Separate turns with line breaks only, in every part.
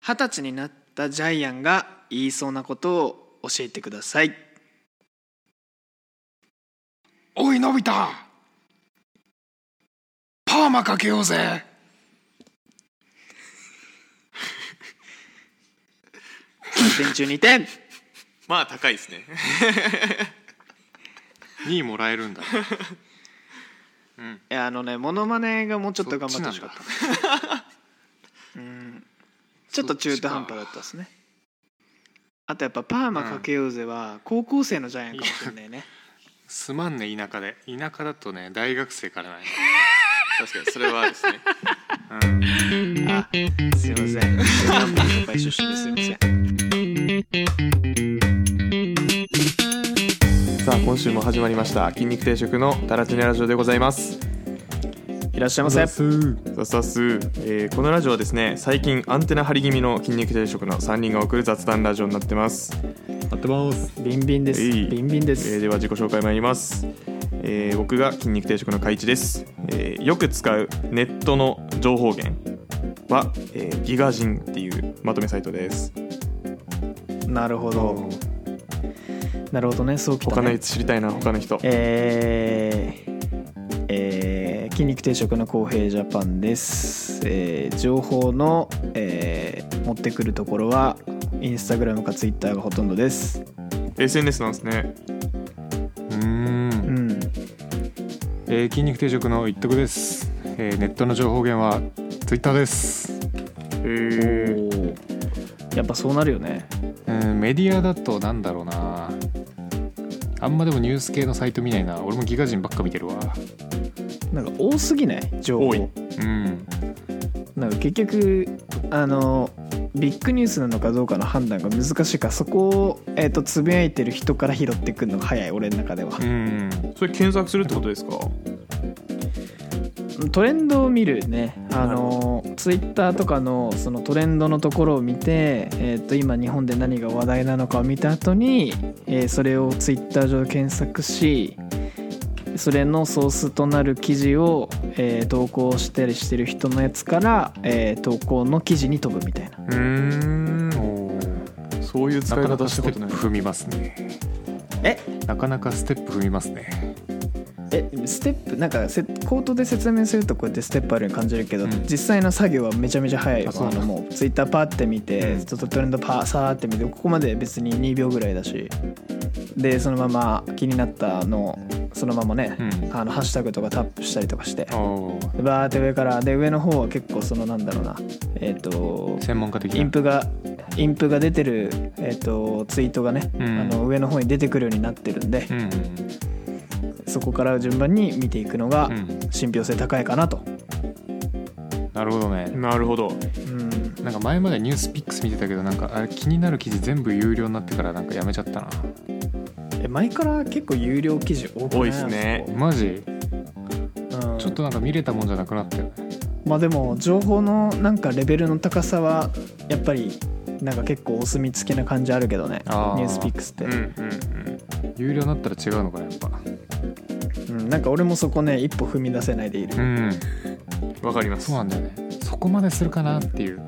二十歳になったジャイアンが言いそうなことを教えてください
おいのび太パーマかけようぜ
1点中2点
まあ高い ですね
2位もらえるんだ、うん、
いやあのねモノマネが もうちょっと頑張ってほしかった
そっ
うんちょっと中途半端だったですねあとやっぱ「パーマかけようぜ」は高校生のジャイアンかもしれないね
すまんね田舎で田舎だとね大学生からない、
確かにそれはですね
うん、
あすいませんナンバーとか出身ですいません
さあ今週も始まりました筋肉定食のタラチネラジオでございます
いらっしゃいませ
ささす、えーこのラジオはですね最近アンテナ張り気味の筋肉定食の3人が送る雑談ラジオになってます、
合ってます
ビンビンです
えい
ビンビンで
えー
す
では自己紹介参ります、えー僕が筋肉定食の海一です、えーよく使うネットの情報源は、えーギガ人っていうまとめサイトです
なるほどなるほどねそうきた
他の
ね
やつ知りたいな他の人
えーえー筋肉定食の公平ジャパンです、えー情報の、えー持ってくるところはインスタグラムかツイッターがほとんどです
SNS なんですね
うー、
うんん
えー筋肉定食の一徳です、えーネットの情報源は Twitter です、
へ
お
ー
ーやっぱそうなるよね
うん、メディアだとなんだろうなあんまでもニュース系のサイト見ないな俺もギガ人ばっか見てるわ
なんか多すぎない情報
多い
うん
なんか結局あのビッグニュースなのかどうかの判断が難しいからそこを、えー、とつぶやいてる人から拾ってくるのが早い俺の中では
うん
それ検索するってことですか
トレンドを見るねあ
なる
のツイッターとかのそのトレンドのところを見て、えー、と今日本で何が話題なのかを見た後に、えーそれをツイッター上で検索しそれのソースとなる記事を、えー投稿したりしてる人のやつから、えー投稿の記事に飛ぶみたいな
うーん
おー
そういう
な
使い
かな
方
か
し
ス
た
テ
ことな
ッ
い
プ踏みますね
え
なかなかステップ踏みますね
えステップなんかせ口頭で説明するとこうやってステップあるように感じるけど、
うん
実際の作業はめちゃめちゃ早いよ
あそう
あ
なんだ
のもうツイッターパーって見て、
うん
ちょっとトレンドパーさーって見てここまで別に2秒ぐらいだしでそのまま気になったのをそのままね、
うん
あのハッシュタグとかタップしたりとかして
おー
でバーって上からで上の方は結構そのなんだろうなえっ、と
専門家的
イン
な
プがインプが出てる、えー、とツイートがね、
うん
あの上の方に出てくるようになってるんで、
うんうん
そこから順番に見ていくのが、
うん
信憑性高いかなと、
なるほどね
なるほど
うん、
なんか前までニュースピックス見てたけどなんかあれ気になる記事全部有料になってからなんかやめちゃったな
え前から結構有料記事多くない
多いっすね
マジ
あそこうん
ちょっとなんか見れたもんじゃなくなったよね
まあでも情報のなんかレベルの高さはやっぱりなんか結構お墨付きな感じあるけどね
あー
ニュースピックスって、
う
うん
うんん
有料になったら違うのかなやっぱ
なんか俺もそこね一歩踏み出せないでいる、
うん
うんわかります
そうなんだよねそこまでするかなっていう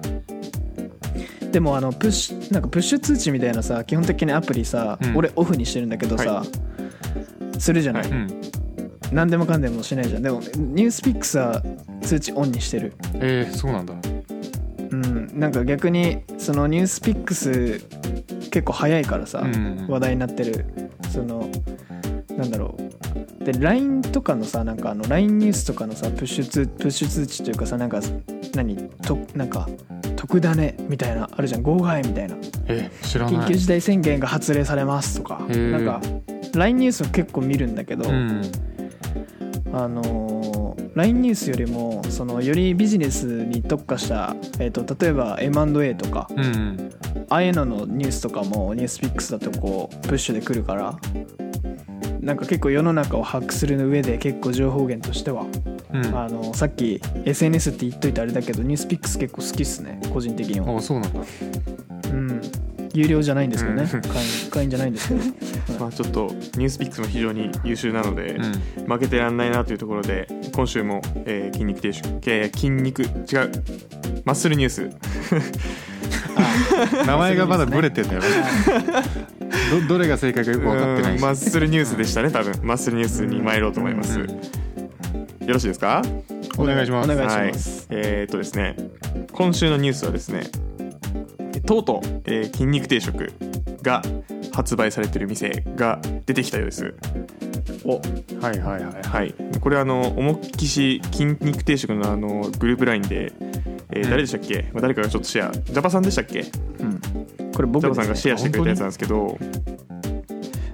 でもあのプッシュなんかプッシュ通知みたいなさ基本的にアプリさ、
うん
俺オフにしてるんだけどさ、
は
するじゃない、
うん
何でもかんでもしないじゃんでもニュースピックスは通知オンにしてる
えー、そうなんだ
うん、なんか逆にそのニュースピックス結構早いからさ、
うん
話題になってるそのなんだろうで LINE とかのさなんかあの LINE ニュースとかのさプッシュ通プッシュ通知というかさなんか何となんか特ダネみたいなあるじゃん号外みたいな
えー、知ら
緊
な
急
い
事態宣言が発令されますとか
へー
なんか LINE ニュースを結構見るんだけど、
うん
あのー LINE ニュースよりもそのよりビジネスに特化した、えー、と例えば M&A とか
うんうん
ああいうののニュースとかもニュースピックスだとこうプッシュで来るからなんか結構世の中を把握する上で結構情報源としては、
うん
あのさっき SNS って言っといてあれだけどニュースピックス結構好きっすね個人的には
あそうなんだ
うん有料じゃないんですけどね、
うん
会員 会員じゃないんですけど
まあ、ちょっとニュースピックスも非常に優秀なので、
うん
負けてらんないなというところで今週も、えー筋肉定食、えー筋肉違うマッスルニュース
名前がまだブレてんだよ ねどどれが正解かよく分かってな
う
い
んマッ
し
スルニュースでしたね多分マッスルニュースに参ろうと思います、よろしいですか
お願いします
お願いします、
はい、えーっとですね今週のニュースはですねとうとう、えー筋肉定食が発売されてる店が出てきたようですお
はいはいはい
はい、これあの重きし筋肉定食のあのグループラインで、えー誰でしたっけ、まあ、誰かがちょっとシェアジャパさんでしたっけジ
これ僕
ャ
です、
パさ
ね、
んがシェアしてくれたやつなんですけど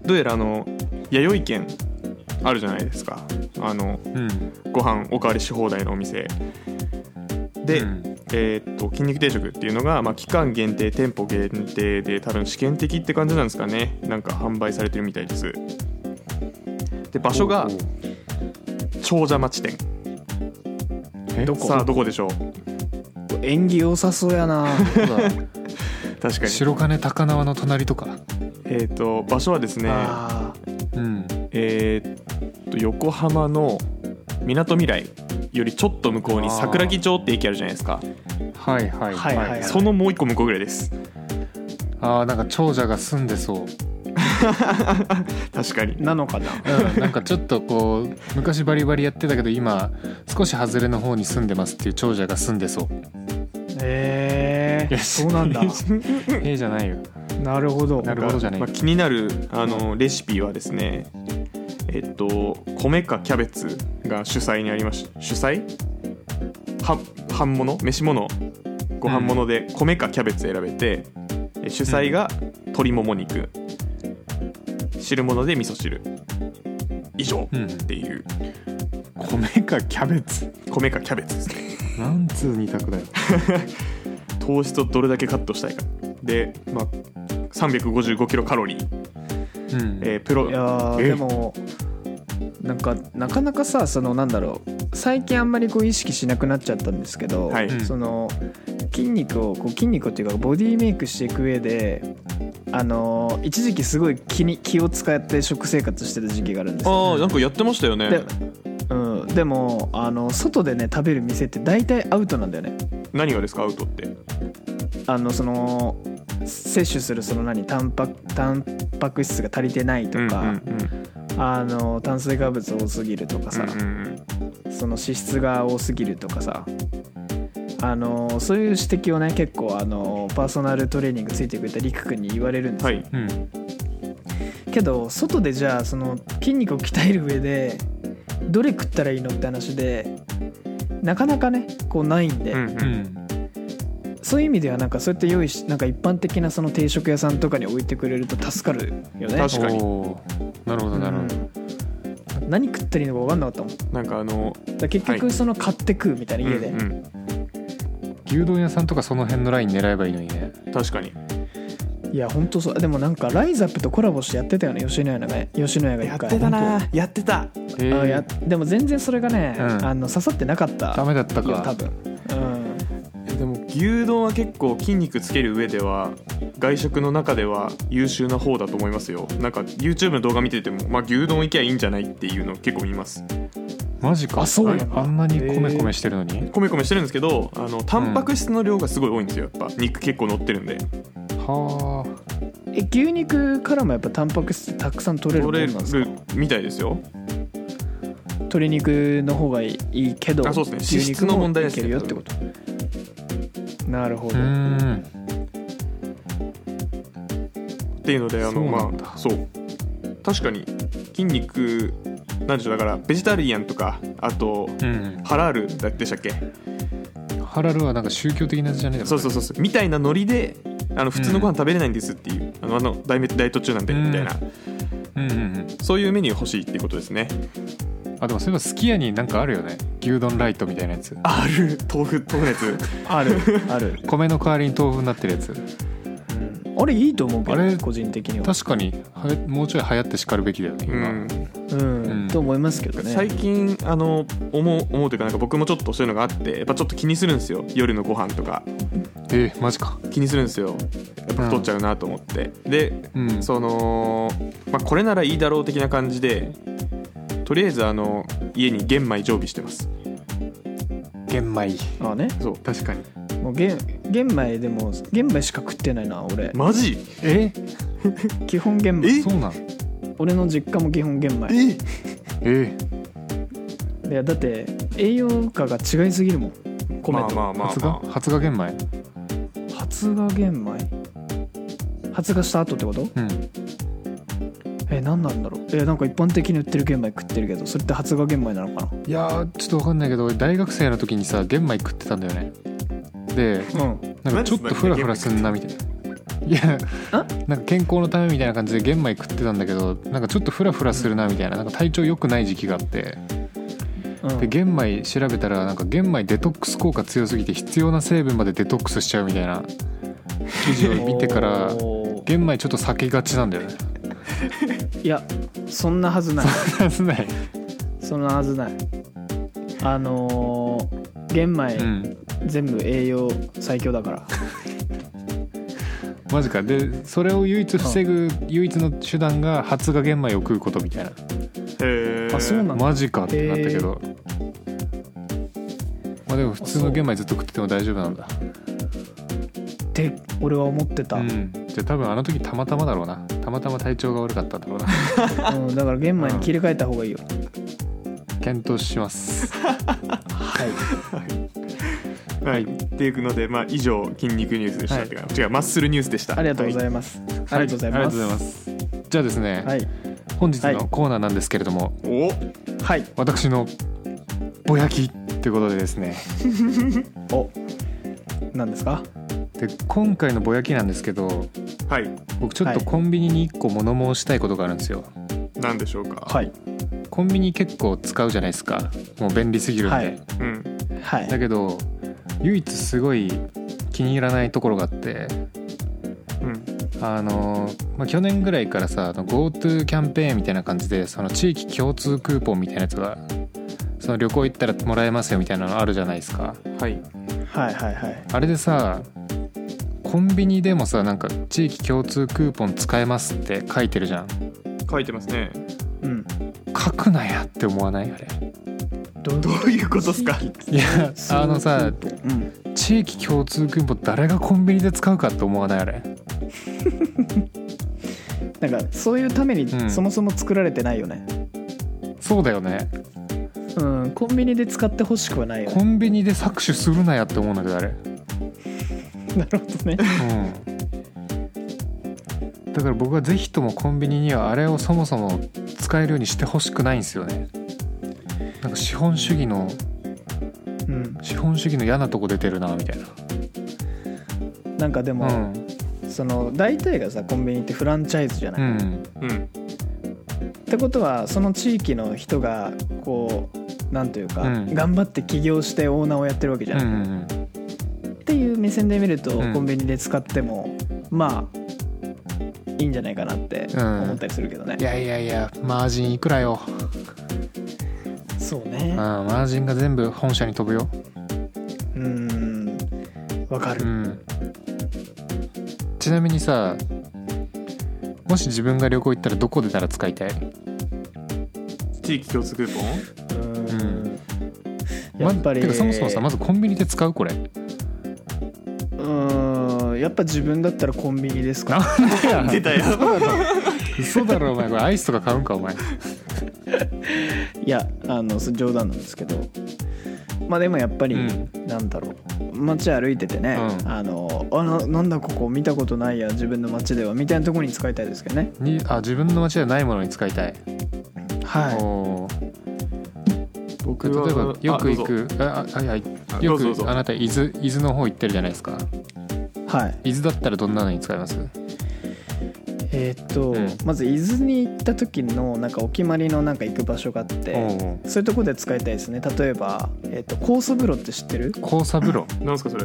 どうやらあの弥生県あるじゃないですかあの
うん
ご飯おかわりし放題のお店で、
うん
えーっと筋肉定食っていうのが、まあ、期間限定店舗限定で多分試験的って感じなんですかねなんか販売されてるみたいですで場所が
おう
長者町店
え
どこ
さあどこでしょう
演技良さそうやな
確かに
白金高輪の隣とか
えっ、と場所はですね
あ
うん
えーと横浜のみなとみらいよりちょっと向こうに
あー
桜木町って駅あるじゃないですか
はいはい
はいはいはい
そのもう一個向こうぐらいです
あーなんか長者が住んでそう
確かに
ーなのかな
うんなんかちょっとこう昔バリバリやってたけど今少し外れの方に住んでますっていう長者が住んでそう
へえー、そうなん だ
ええじゃないよ
なるほど
なるほどじゃない
まあ、気になるあのレシピはですねえっ、と米かキャベツが主菜にありまし主菜は半物飯物ご飯物で米かキャベツ選べて、え主菜が鶏もも肉汁物で味噌汁以上
うん
っていう
米かキャベツ
米かキャベツですね
なんつう二択だよ
糖質をどれだけカットしたいかで、まあ、355キロカロリー、
うん
えープロ
いやー
え
でもなんかなかなかさそのなんだろう最近あんまりこう意識しなくなっちゃったんですけど、
はい
その筋肉をこう筋肉っていうかボディメイクしていく上であのー一時期すごい気に気を使って食生活してた時期があるんですよ
ああなんかやってましたよね
で,、うん、でもあの外でね食べる店って大体アウトなんだよね
何がですかアウトって
あのその摂取するその何タンパクタンパク質が足りてないとか、
うんうんうん
あの炭水化物多すぎるとかさ、
うんうんうん
その脂質が多すぎるとかさあのそういう指摘をね結構あのパーソナルトレーニングついてくれたりくくんに言われるんです
は
よ、
い
うん
けど外でじゃあその筋肉を鍛える上でどれ食ったらいいのって話でなかなかねこうないんで、
うんうん
うん
そういう意味ではなんかそうやって用意しなんか一般的なその定食屋さんとかに置いてくれると助かるよね
確かに
おーなるほどなるほど
うん何食ったらいいのか分かんなかったもんだか
なんかあの
ら結
は
局その買って食うみたいな家で、
うんうん
牛丼屋さんとかその辺のライン狙えばいいのにね
確かに
いや本当そうでもなんかライズアップとコラボしてやってたよね吉野家のね吉野家が一回
なやってた
え
あやでも全然それがね、
うん
あの刺さってなかった
ダメだった
いや多
か
分うん
でも牛丼は結構筋肉つける上では外食の中では優秀な方だと思いますよなんか YouTube の動画見てても、まあ、牛丼行きゃいいんじゃないっていうの結構見ます
マジか
あそうやな
あんなにコメコメしてるのに
コメコメしてるんですけどあのタンパク質の量がすごい多いんですよやっぱ肉結構乗ってるんで
は
え牛肉からもやっぱタンパク質たくさん取れるも
取
んなん
れる
ですか
みたいですよ
鶏肉の方がいいけど
あそうですね
牛
脂
肉
質の
も
問題
い
です
け
ね
るよってことなるほ
あう
ど、
ーん
っていうのであ
そ
の
うな
ま
んだ
あそう確かに筋肉なんでしょうだからベジタリアンとかあと
うん
ハラールだでしたっけ
ハラルはなんか宗教的なやつじゃねえだろ
そうそうそうそうみたいなノリであの普通のご飯食べれないんですっていう、あのあのダイエットダイエット中なんで
うん
みたいな、
うんうんうん
そういうメニュー欲しいってことですね
あでもそういえばすき家になんかあるよね牛丼ライトみたいなやつ
ある豆腐豆腐 熱
あるあ る、
米の代わりに豆腐になってるやつ
あれいいと思うけ
あれ
ど個人的には
確かにはやもうちょい流行ってしかるべきだよね
う
今、
ん
うん、
うん
と思いますけどね
最近あの思う思うというかなんか僕もちょっとそういうのがあってやっぱちょっと気にするんですよ夜のご飯とか
えーマジか
気にするんですよやっぱ太っちゃうなと思って、で
うん
その、まあ、これならいいだろう的な感じでとりあえずあの家に玄米常備してます
玄米
あね
そう
確かに
もう玄玄米でも玄米しか食ってないな俺
マジ
え
基本玄米
え
そうなの
俺の実家も基本玄米
え
え
いやだって栄養価が違いすぎるもん米と、
まあまあまあ
発芽
ま
発芽玄米
発芽玄米発芽した後ってこと
うん
え何なんだろうえなんか一般的に売ってる玄米食ってるけどそれって発芽玄米なのか
いやーちょっと分かんないけど俺大学生の時にさ玄米食ってたんだよねで
なうん
なんかちょっとフラフラすんなみたいないや なんか健康のためみたいな感じで玄米食ってたんだけどなんかちょっとフラフラするなみたいななんか体調良くない時期があって
うん
で玄米調べたらなんか玄米デトックス効果強すぎて必要な成分までデトックスしちゃうみたいな記事を見てから
おー
玄米ちょっと避けがちなんだよ ね
いやそんなはずない
すない
そんなはずないあのー玄米、
うん
全部栄養最強だから
マジかでそれを唯一防ぐ唯一の手段が発芽玄米を食うことみたいな
あへえ
あそうなんだ
マジかってなったけど、まあでも普通の玄米ずっと食ってても大丈夫なんだ
って俺は思ってた、
う
うん
んじゃあ多分あの時たまたまだろうなたまたま体調が悪かったんだろうな
だから玄米に切り替えた方がいいよ、
検討します
はい
はい、っていうので、まあ、以上筋肉ニュースでしたってか、違うマッスルニュースでした
ありがとうござ
はい
ます、 ありがとうございます
はありがとうございますじゃあですね、
はい
本日
は
の
い
コーナーなんですけれども、
すお
はい
私のぼやきということでですね
お何ですか
で今回のぼやきなんですけど
はい
僕ちょっ
は
と
い
コンビニに1個物申したいことがあるんですよ
何でしょうか
はい
コンビニ結構使うじゃないですかもう便利すぎるんで、
はい
うん
は
だ
い
けど唯一すごい気に入らないところがあって
うん
あの、まあ、去年ぐらいからさあの GoTo キャンペーンみたいな感じでその地域共通クーポンみたいなやつがその旅行行ったらもらえますよみたいなのあるじゃないですか
はい
はいはいはい
あれでさコンビニでもさなんか地域共通クーポン使えますって書いてるじゃん
書いてますね
うん
書くなやって思わないあれ
どう
どういうことですか
いやあのさ
うん
地域共通クーポン誰がコンビニで使うかって思わないあれ
なんかそういうため
う
に
ん
そもそも作られてないよね
そうだよね
うん、コンビニで使ってほしくはないよね
コンビニで搾取するなやって思うんだけどあれ
なるほどね
うんだから僕はぜひともコンビニにはあれをそもそも使えるようにしてほしくないんですよねなんか資本主義の
うん
資本主義の嫌なとこ出てるなみたい
なんかで
なう
も、
ん
その大体がさコンビニってフランチャイズじゃない、
うん
うん
ってことはその地域の人がこうなんというか、
うん
頑張って起業してオーナーをやってるわけじ
う
ゃ
ん
な
う
い、
ん
っていう目線で見ると、
うん
コンビニで使ってもまあいいんじゃないかなって
うん
思ったりするけどね
い、やいやいやマージンいくらよ、
そう
うん、
ね
マージンが全部本社に飛ぶよ
うーんわか
う
る、
んちなみにさもし自分が旅行行ったらどこでなら使いたい
地域共通クーポン
うーん
ま
やっぱり、
てかそもそもさまずコンビニで使うこ れ
うーんやっぱ自分だったらコンビニですか
出たよ
嘘だろお前これアイスとか買うんかお前
いやあのそ冗談なんですけどまあでもやっぱり、
う
なんだろう街歩いててね、
うん
あのあななんだここ見たことないや自分の街ではみたいなところに使いたいですけどね
にあ自分の街ではないものに使いたい、
はい
おー
僕
例え
は
ばよく行くああいや
あ
よ
どうぞど
く
うぞ
あなた伊豆伊豆の方行ってるじゃないですか
はい
伊豆だったらどんなのに使います
えーっと、
うん
まず伊豆に行った時のなんかお決まりのなんか行く場所があって
お
そういうとこで使いたいですね例えば、えーっと酵素風呂って知ってる
酵素風呂
なんですかそれ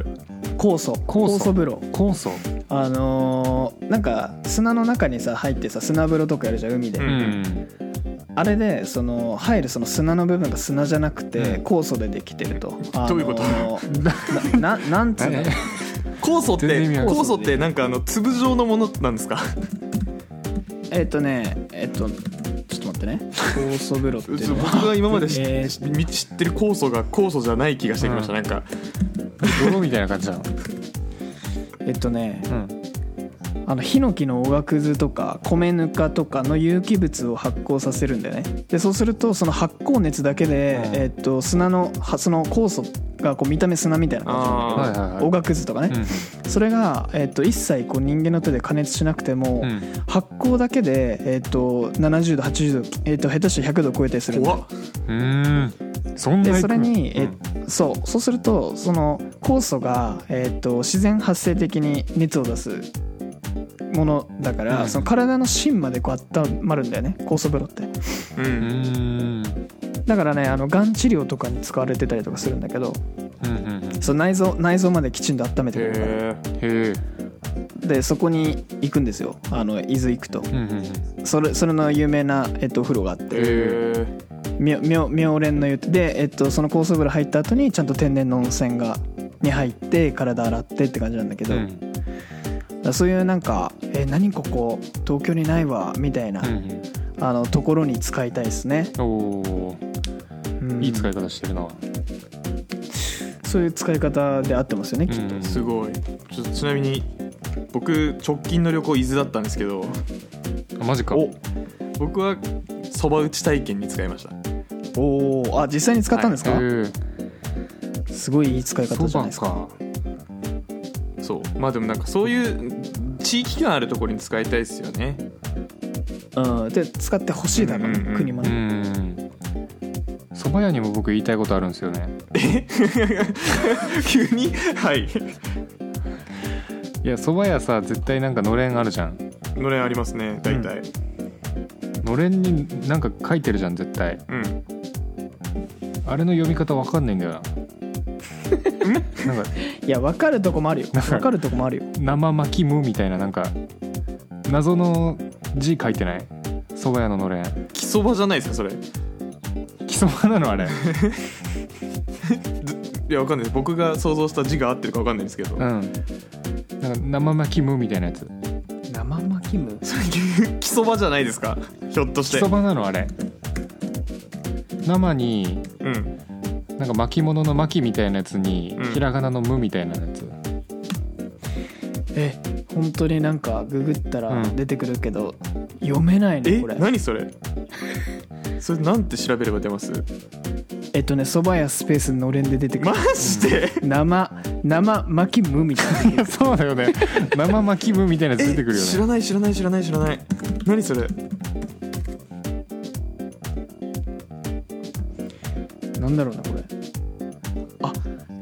酵素
酵素
酵素風呂
酵素
あのーなんか砂の中にさ入ってさ砂風呂とかやるじゃん海で、
う
うんん
あれでその入るその砂の部分が砂じゃなくて
うん
酵素でできてると、あのー
どういうこと
なななんつうの
え
酵素って
全然意味わかんない
酵素ってなんかあの粒状のものなんですか
えっとねえっとちょっと待ってね酵素風呂っていうのは
僕が今まで知っ,、
えー
知ってる酵素が酵素じゃない気がしてきました、なんか
泥みたいな感じなの
えっとね
うん
あのヒノキのおがくずとか米ぬかとかの有機物を発酵させるんだよねでそうするとその発酵熱だけで、
うん
えっと、砂のはその酵素がこう見た目砂みたいな感
あー
はいはいは
じ
い
おがくずとかね、それが、えっと、一切こう人間の手で加熱しなくても、
うんうん
発酵だけで、えっと、70度80度、えっと、下手したら100度超えたりするんだよ
怖っ
うんそんな
で
に
それに、え
うん
そうそうするとその酵素が、えー、と自然発生的に熱を出すものだから、
うん
その体の芯までこう温まるんだよね酵素風呂って
うん
うーん
だからねあのがん治療とかに使われてたりとかするんだけど
うんうんうん
その内臓内臓まできちんと温めてくれるから
へえ
へえ
でそこに行くんですよあの伊豆行くと
うんうん
それそれの有名な、えっとお風呂があって
へ
妙妙妙蓮の湯ってで、えっと、その酵素風呂入った後にちゃんと天然の温泉がに入って体洗ってって感じなんだけど、
うんう
だか
ん
らそういうなんか「え何ここ東京にないわ」みたいな、
うん
あのところに使いたいですね、
うんおお
うん
いい使い方してるな
そういう使い方で合ってますよねきっと、
うん
すごいちょちなみに僕直近の旅行伊豆だったんですけど
あマジか
お僕はそば打ち体験に使いました
おおあ実際に使ったんですか、
へ
すごいいい使い
え
方
そ
じゃない
ば
ですか
か
そうまあでもなんかそういう地域感あるところに使いたいですよね
うん、で使ってほしいだろうね、
うんうんうん
国も
う
ね、
ん蕎麦屋にも僕言いたいことあるんですよね
急には
い
い
や蕎麦屋さ絶対なんかのれんあるじゃん
のれんありますね大体
のれんになんか書いてるじゃん絶対
うん、
あれの読み方わかんないんだよ ななんか
いや分かるとこもあるよ分かるとこもあるよ
生巻きむみたいななんか謎の字書いてない蕎麦屋のの れん
木そばじゃないですかそれい
木そばなのあれ
やわかんないです僕が想像した字が合ってるかわかんないですけど、
うんなんか生巻きむみたいなやつ
生巻きむ
それ 木そばじゃないですかひょっとし
木
て
そばなのあれ生に
うん
なんか巻物の巻みたいなやつに、
うん
ひらがなの無みたいなやつ
え本当になんかググったら
うん
出てくるけど、読めないね
え
これ
何それそれなんて調べれば出 ます
えっとねそば屋スペースのれんで出てくる
マジで、
生生巻き無みたい
い
な
やそうだよね 生巻き無みたいなやつ出てくるよ
え知
ね
らない知らない知らない知らない何それ
なんだろうなこれあ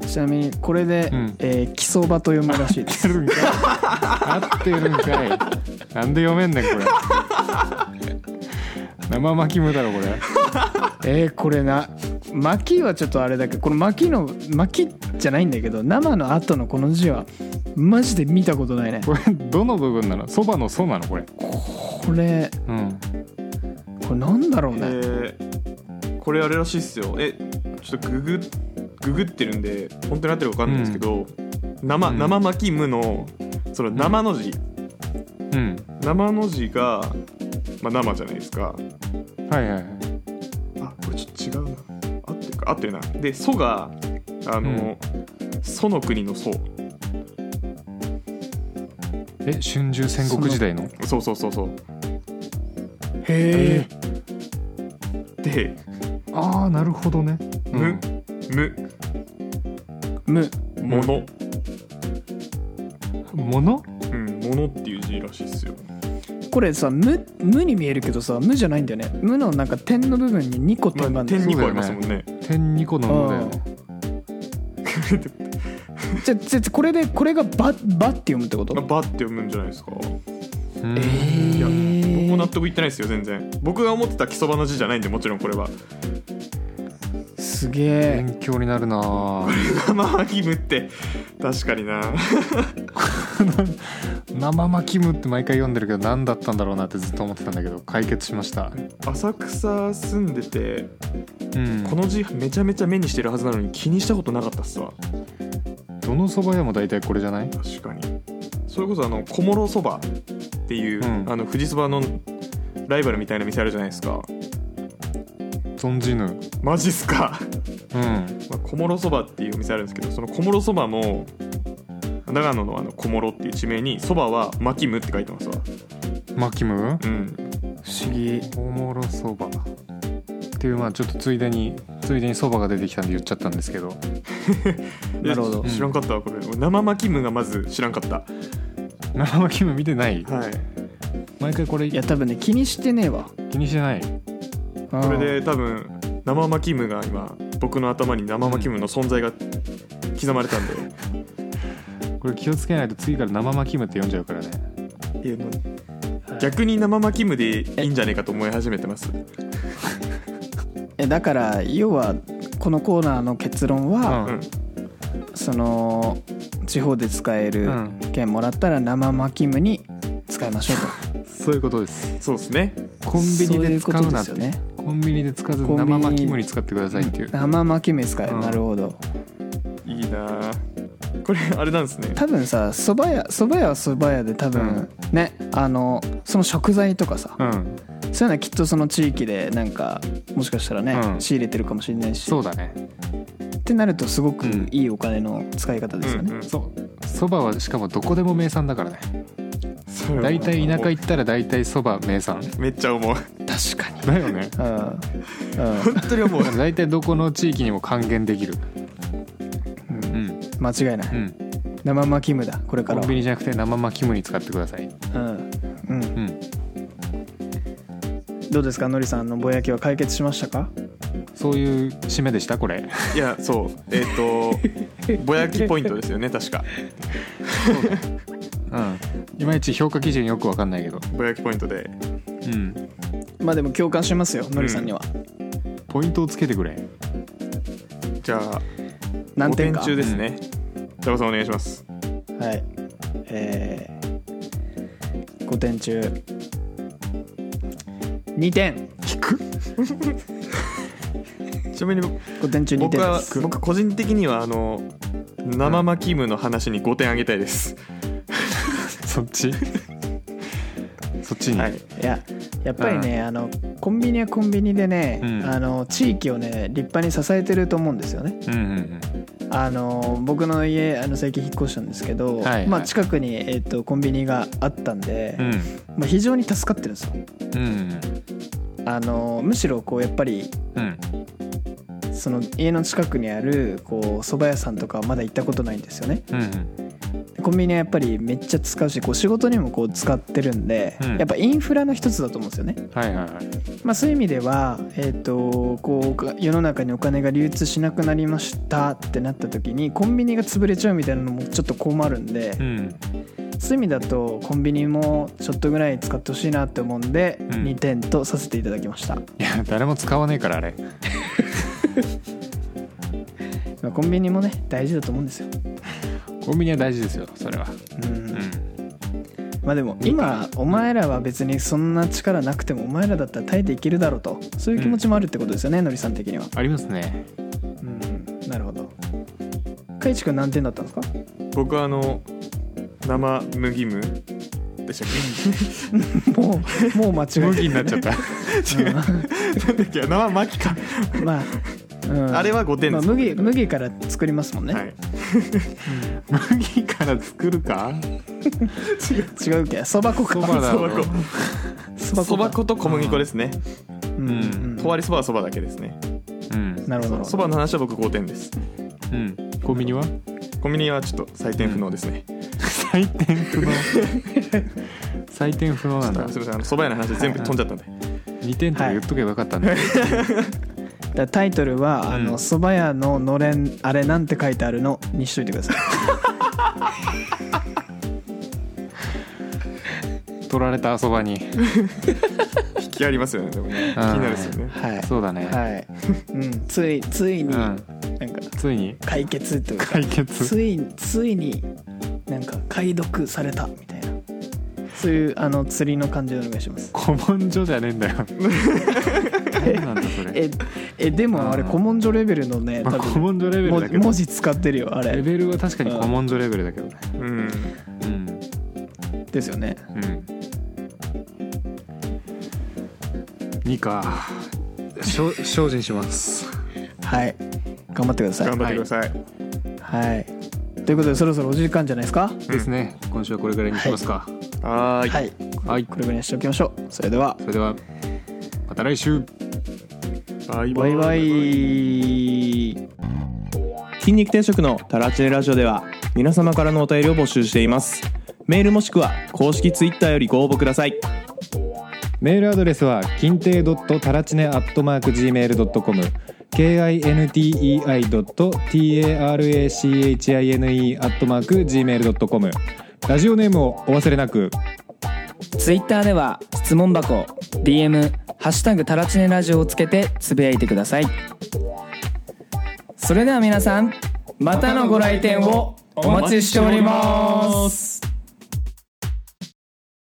ちなみにこれで、
うん
えー、木そばと読むらしい です
合ってるんかいなんで読めんねんこれ生巻き無だろこれ
えー、これな巻きはちょっとあれだけどこの巻きの巻きじゃないんだけど生の後のこの字はマジで見たことないね
これどの部分なのそばの「そ」なのこれ
これ
うん
これなんだろう
え
ね
ーこれあれらしいっすよえちょっとググググってるんで本当に合ってるか分かんないんですけど、生
うん
生巻き無のその生の字、
うん
生の字が、まあ、生じゃないですか
はいはいはい
あこれちょっと違うな合ってるか合ってるなで「祖」があの、祖の国の祖
え春秋戦国時代の
そうそうそうそう
へえ
で
ああなるほどね
「
う
む
ん」
む
無
「もの」
もの
うん「もの」っていう字らしいっすよ
これさ無無に見えるけどさ無じゃないんだよね無のなんか点の部分に2個点があ
まあ、
るんだよ
点2個ありますもんね
天二個の「も」だよね
じゃじゃじゃこれでこれがババって読むってこと
まあ、バって読むんじゃないですか
うん
いや僕も
え
納得いってないですよ全然僕が思ってた木そばの字じゃないんでもちろんこれは
ー すげえ
勉強になるなぁ
生巻きむって確かにな
生巻きむって毎回読んでるけど何だったんだろうなってずっと思ってたんだけど解決しました
浅草住んでて
うん
この字めちゃめちゃ目にしてるはずなのに気にしたことなかったっすわ
どのそば屋も大体これじゃない
確かにそれこそあの小諸そばっていう、
うん
あの富士そばのライバルみたいな店あるじゃないですか
存じぬ
マジっすか
うん
まあ、小諸そばっていうお店あるんですけどその小諸そばもあ長野のあの小諸っていう地名にそばはマキムって書いてますわ
マキム
うん
不思議おもろそばっていうまあちょっとついでについでにそばが出てきたんで言っちゃったんですけど
で
なるほど
知らんかったわこれ生マキムがまず知らんかった
生マキム見てない
はい
毎回これ
いや多分ね気にしてねえわ
気にしてない
こ
これで多分生マキムが今僕の頭に生マキムの存在が刻まれたんで、
これ気をつけないと次から生マキムって読んじゃうからね
いやもう逆に生マキムでいいんじゃねえかと思い始めてます
えだから要はこのコーナーの結論は、
うん
その地方で使える
うん
券もらったら生マキムに使いましょう
そういうことです
そうですね
コンビニで使うな
そういうこと
って
ですよね
コンビニで使わず
コンビニ
生マキムに使ってくださいって
と
いう
生マキムに使える、
うん
なるほど
いいなあこれあれなんですね
多分さ蕎麦屋蕎麦屋は蕎麦屋で多分、
うん
ねあのその食材とかさ、
うん
そういうのはきっとその地域でなんかもしかしたらね、
うん
仕入れてるかもしれないし
そうだね
ってなるとすごくいいお金の使い方ですよね、
うん
そうそばはしかもどこでも名産だからね
それ
大体田舎行ったら大体そば名産
めっちゃ思う
確かに
だよね
うん、うん
本当に思う
大体どこの地域にも還元できるうん
間違いない、
うん
生マキムだこれから
コン
は
ビニじゃなくて生マキムに使ってください
うん、うん、
うん
どうですかのりさんのぼやきは解決しましたか
そういう締めでしたこれ
いやそうえっ、とぼやきポイントですよね確か
うんいまいち評価基準よくわかんないけど
ぼやきポイントで
うん
まあでも共感しますよのりさんには、
ポイントをつけてくれ
じゃあ
何
午前
点か
中ですね高、さんお願いします
はいえー、5点中2点
ちなみに
5点中2
僕
点で
は
す
僕個人的にはあの生マキムの話に5点あげたいです、
そっち そっちに、
はい
いややっぱりね、あのコンビニはコンビニでね、
うん
あの地域をね立派に支えてると思うんですよね
うんうん
あの僕の家あの最近引っ越したんですけど、
はいはい
まあ、近くに、えっとコンビニがあったんで、
うん
まあ、非常に助かってるんですよ
うんうん
あのむしろこうやっぱり
うん
その家の近くにあるこう蕎麦屋さんとかはまだ行ったことないんですよね
うんうん
コンビニはやっぱりめっちゃ使うしこう仕事にもこう使ってるんで、
うん
やっぱインフラの一つだと思うんですよね
はいはいはい
まあ、そういう意味では、えー、とこう世の中にお金が流通しなくなりましたってなった時にコンビニが潰れちゃうみたいなのもちょっと困るんで、
うん
そういう意味だとコンビニもちょっとぐらい使ってほしいなって思うんで、
ん
2点とさせていただきました、
いや誰も使わねえからあれ
まあ、コンビニもね大事だと思うんですよ、
コンビニは大事ですよそれは
うん
うん
まあ、でも今お前らは別にそんな力なくてもお前らだったら耐えていけるだろうとそういう気持ちもあるってことですよね、のりさん的には、
ありますね
うん、なるほどかいちくん何点だったんですか
僕はあの生麦ムでしたっ
もうもう間違えて
け
る
麦になっち ゃった違うなんだっけ生マキか
まあ、うん
あれは5点
ま
で
あ、
す、
麦麦から作りますもんね、
はい、
麦から作るか
違うけそば粉か
そばだ
そ
ろ
ば粉
そば
そ
粉
ば
か
粉と小麦粉ですね、
うん
う
うん
とわりそばはそばだけですね
うん
なるほど
そばの話は僕5点です
うんコンビニは
コンビニはちょっと採点不能ですね、
採点不能採点不能なんだ
あすみませんあのそば屋の話全部飛んじゃったんで、
2点とか言っとけばよかったんだ、
だからタイトルは「あ
う
の
ん
そば屋ののれんあれなんて書いてあるの?」にしといてください
取られたそばに
引きありますよねでもね気になるですよね
はい
そうだね、
はい、うん、ついついに
う
なん
ん
か
ついに
解決というか
解決
ついついになんか解読されたみたいなそういうあの釣りの感じでお願いします
古文書じゃねえん だよ何なんだそれ、
ええでもあれ
うん
古文書レベルのね
ま
多
あ、古
分
文書レベルだけ
文
ど
文字使ってるよあ
レ
れ
ベルは確かに古文書レベルだけどね
うん
うん
ですよね
うん2か精進します
はい頑張ってください
頑張ってください、
はい
ということでそろそろお時間じゃないですか
ですね今週はこれぐらいにしますか
はーい
はい
はい
これぐらいにしておきましょうそれでは
それではまた来週
バイ
バイバイ
筋肉定食のタラチネラジオでは皆様からのお便りを募集していますメールもしくは公式ツイッターよりご応募ください
メールアドレスは金亭ドットタラチネアットマーク gmail ドットコム k i n t e i ドット t a r a c h i n e アットマーク gmail ドットコムラジオネームをお忘れなく
ツイッターでは質問箱 DM「ハッシュタグタラチネラジオ」をつけてつぶやいてくださいそれでは皆さんまたのご来店をお待ちしております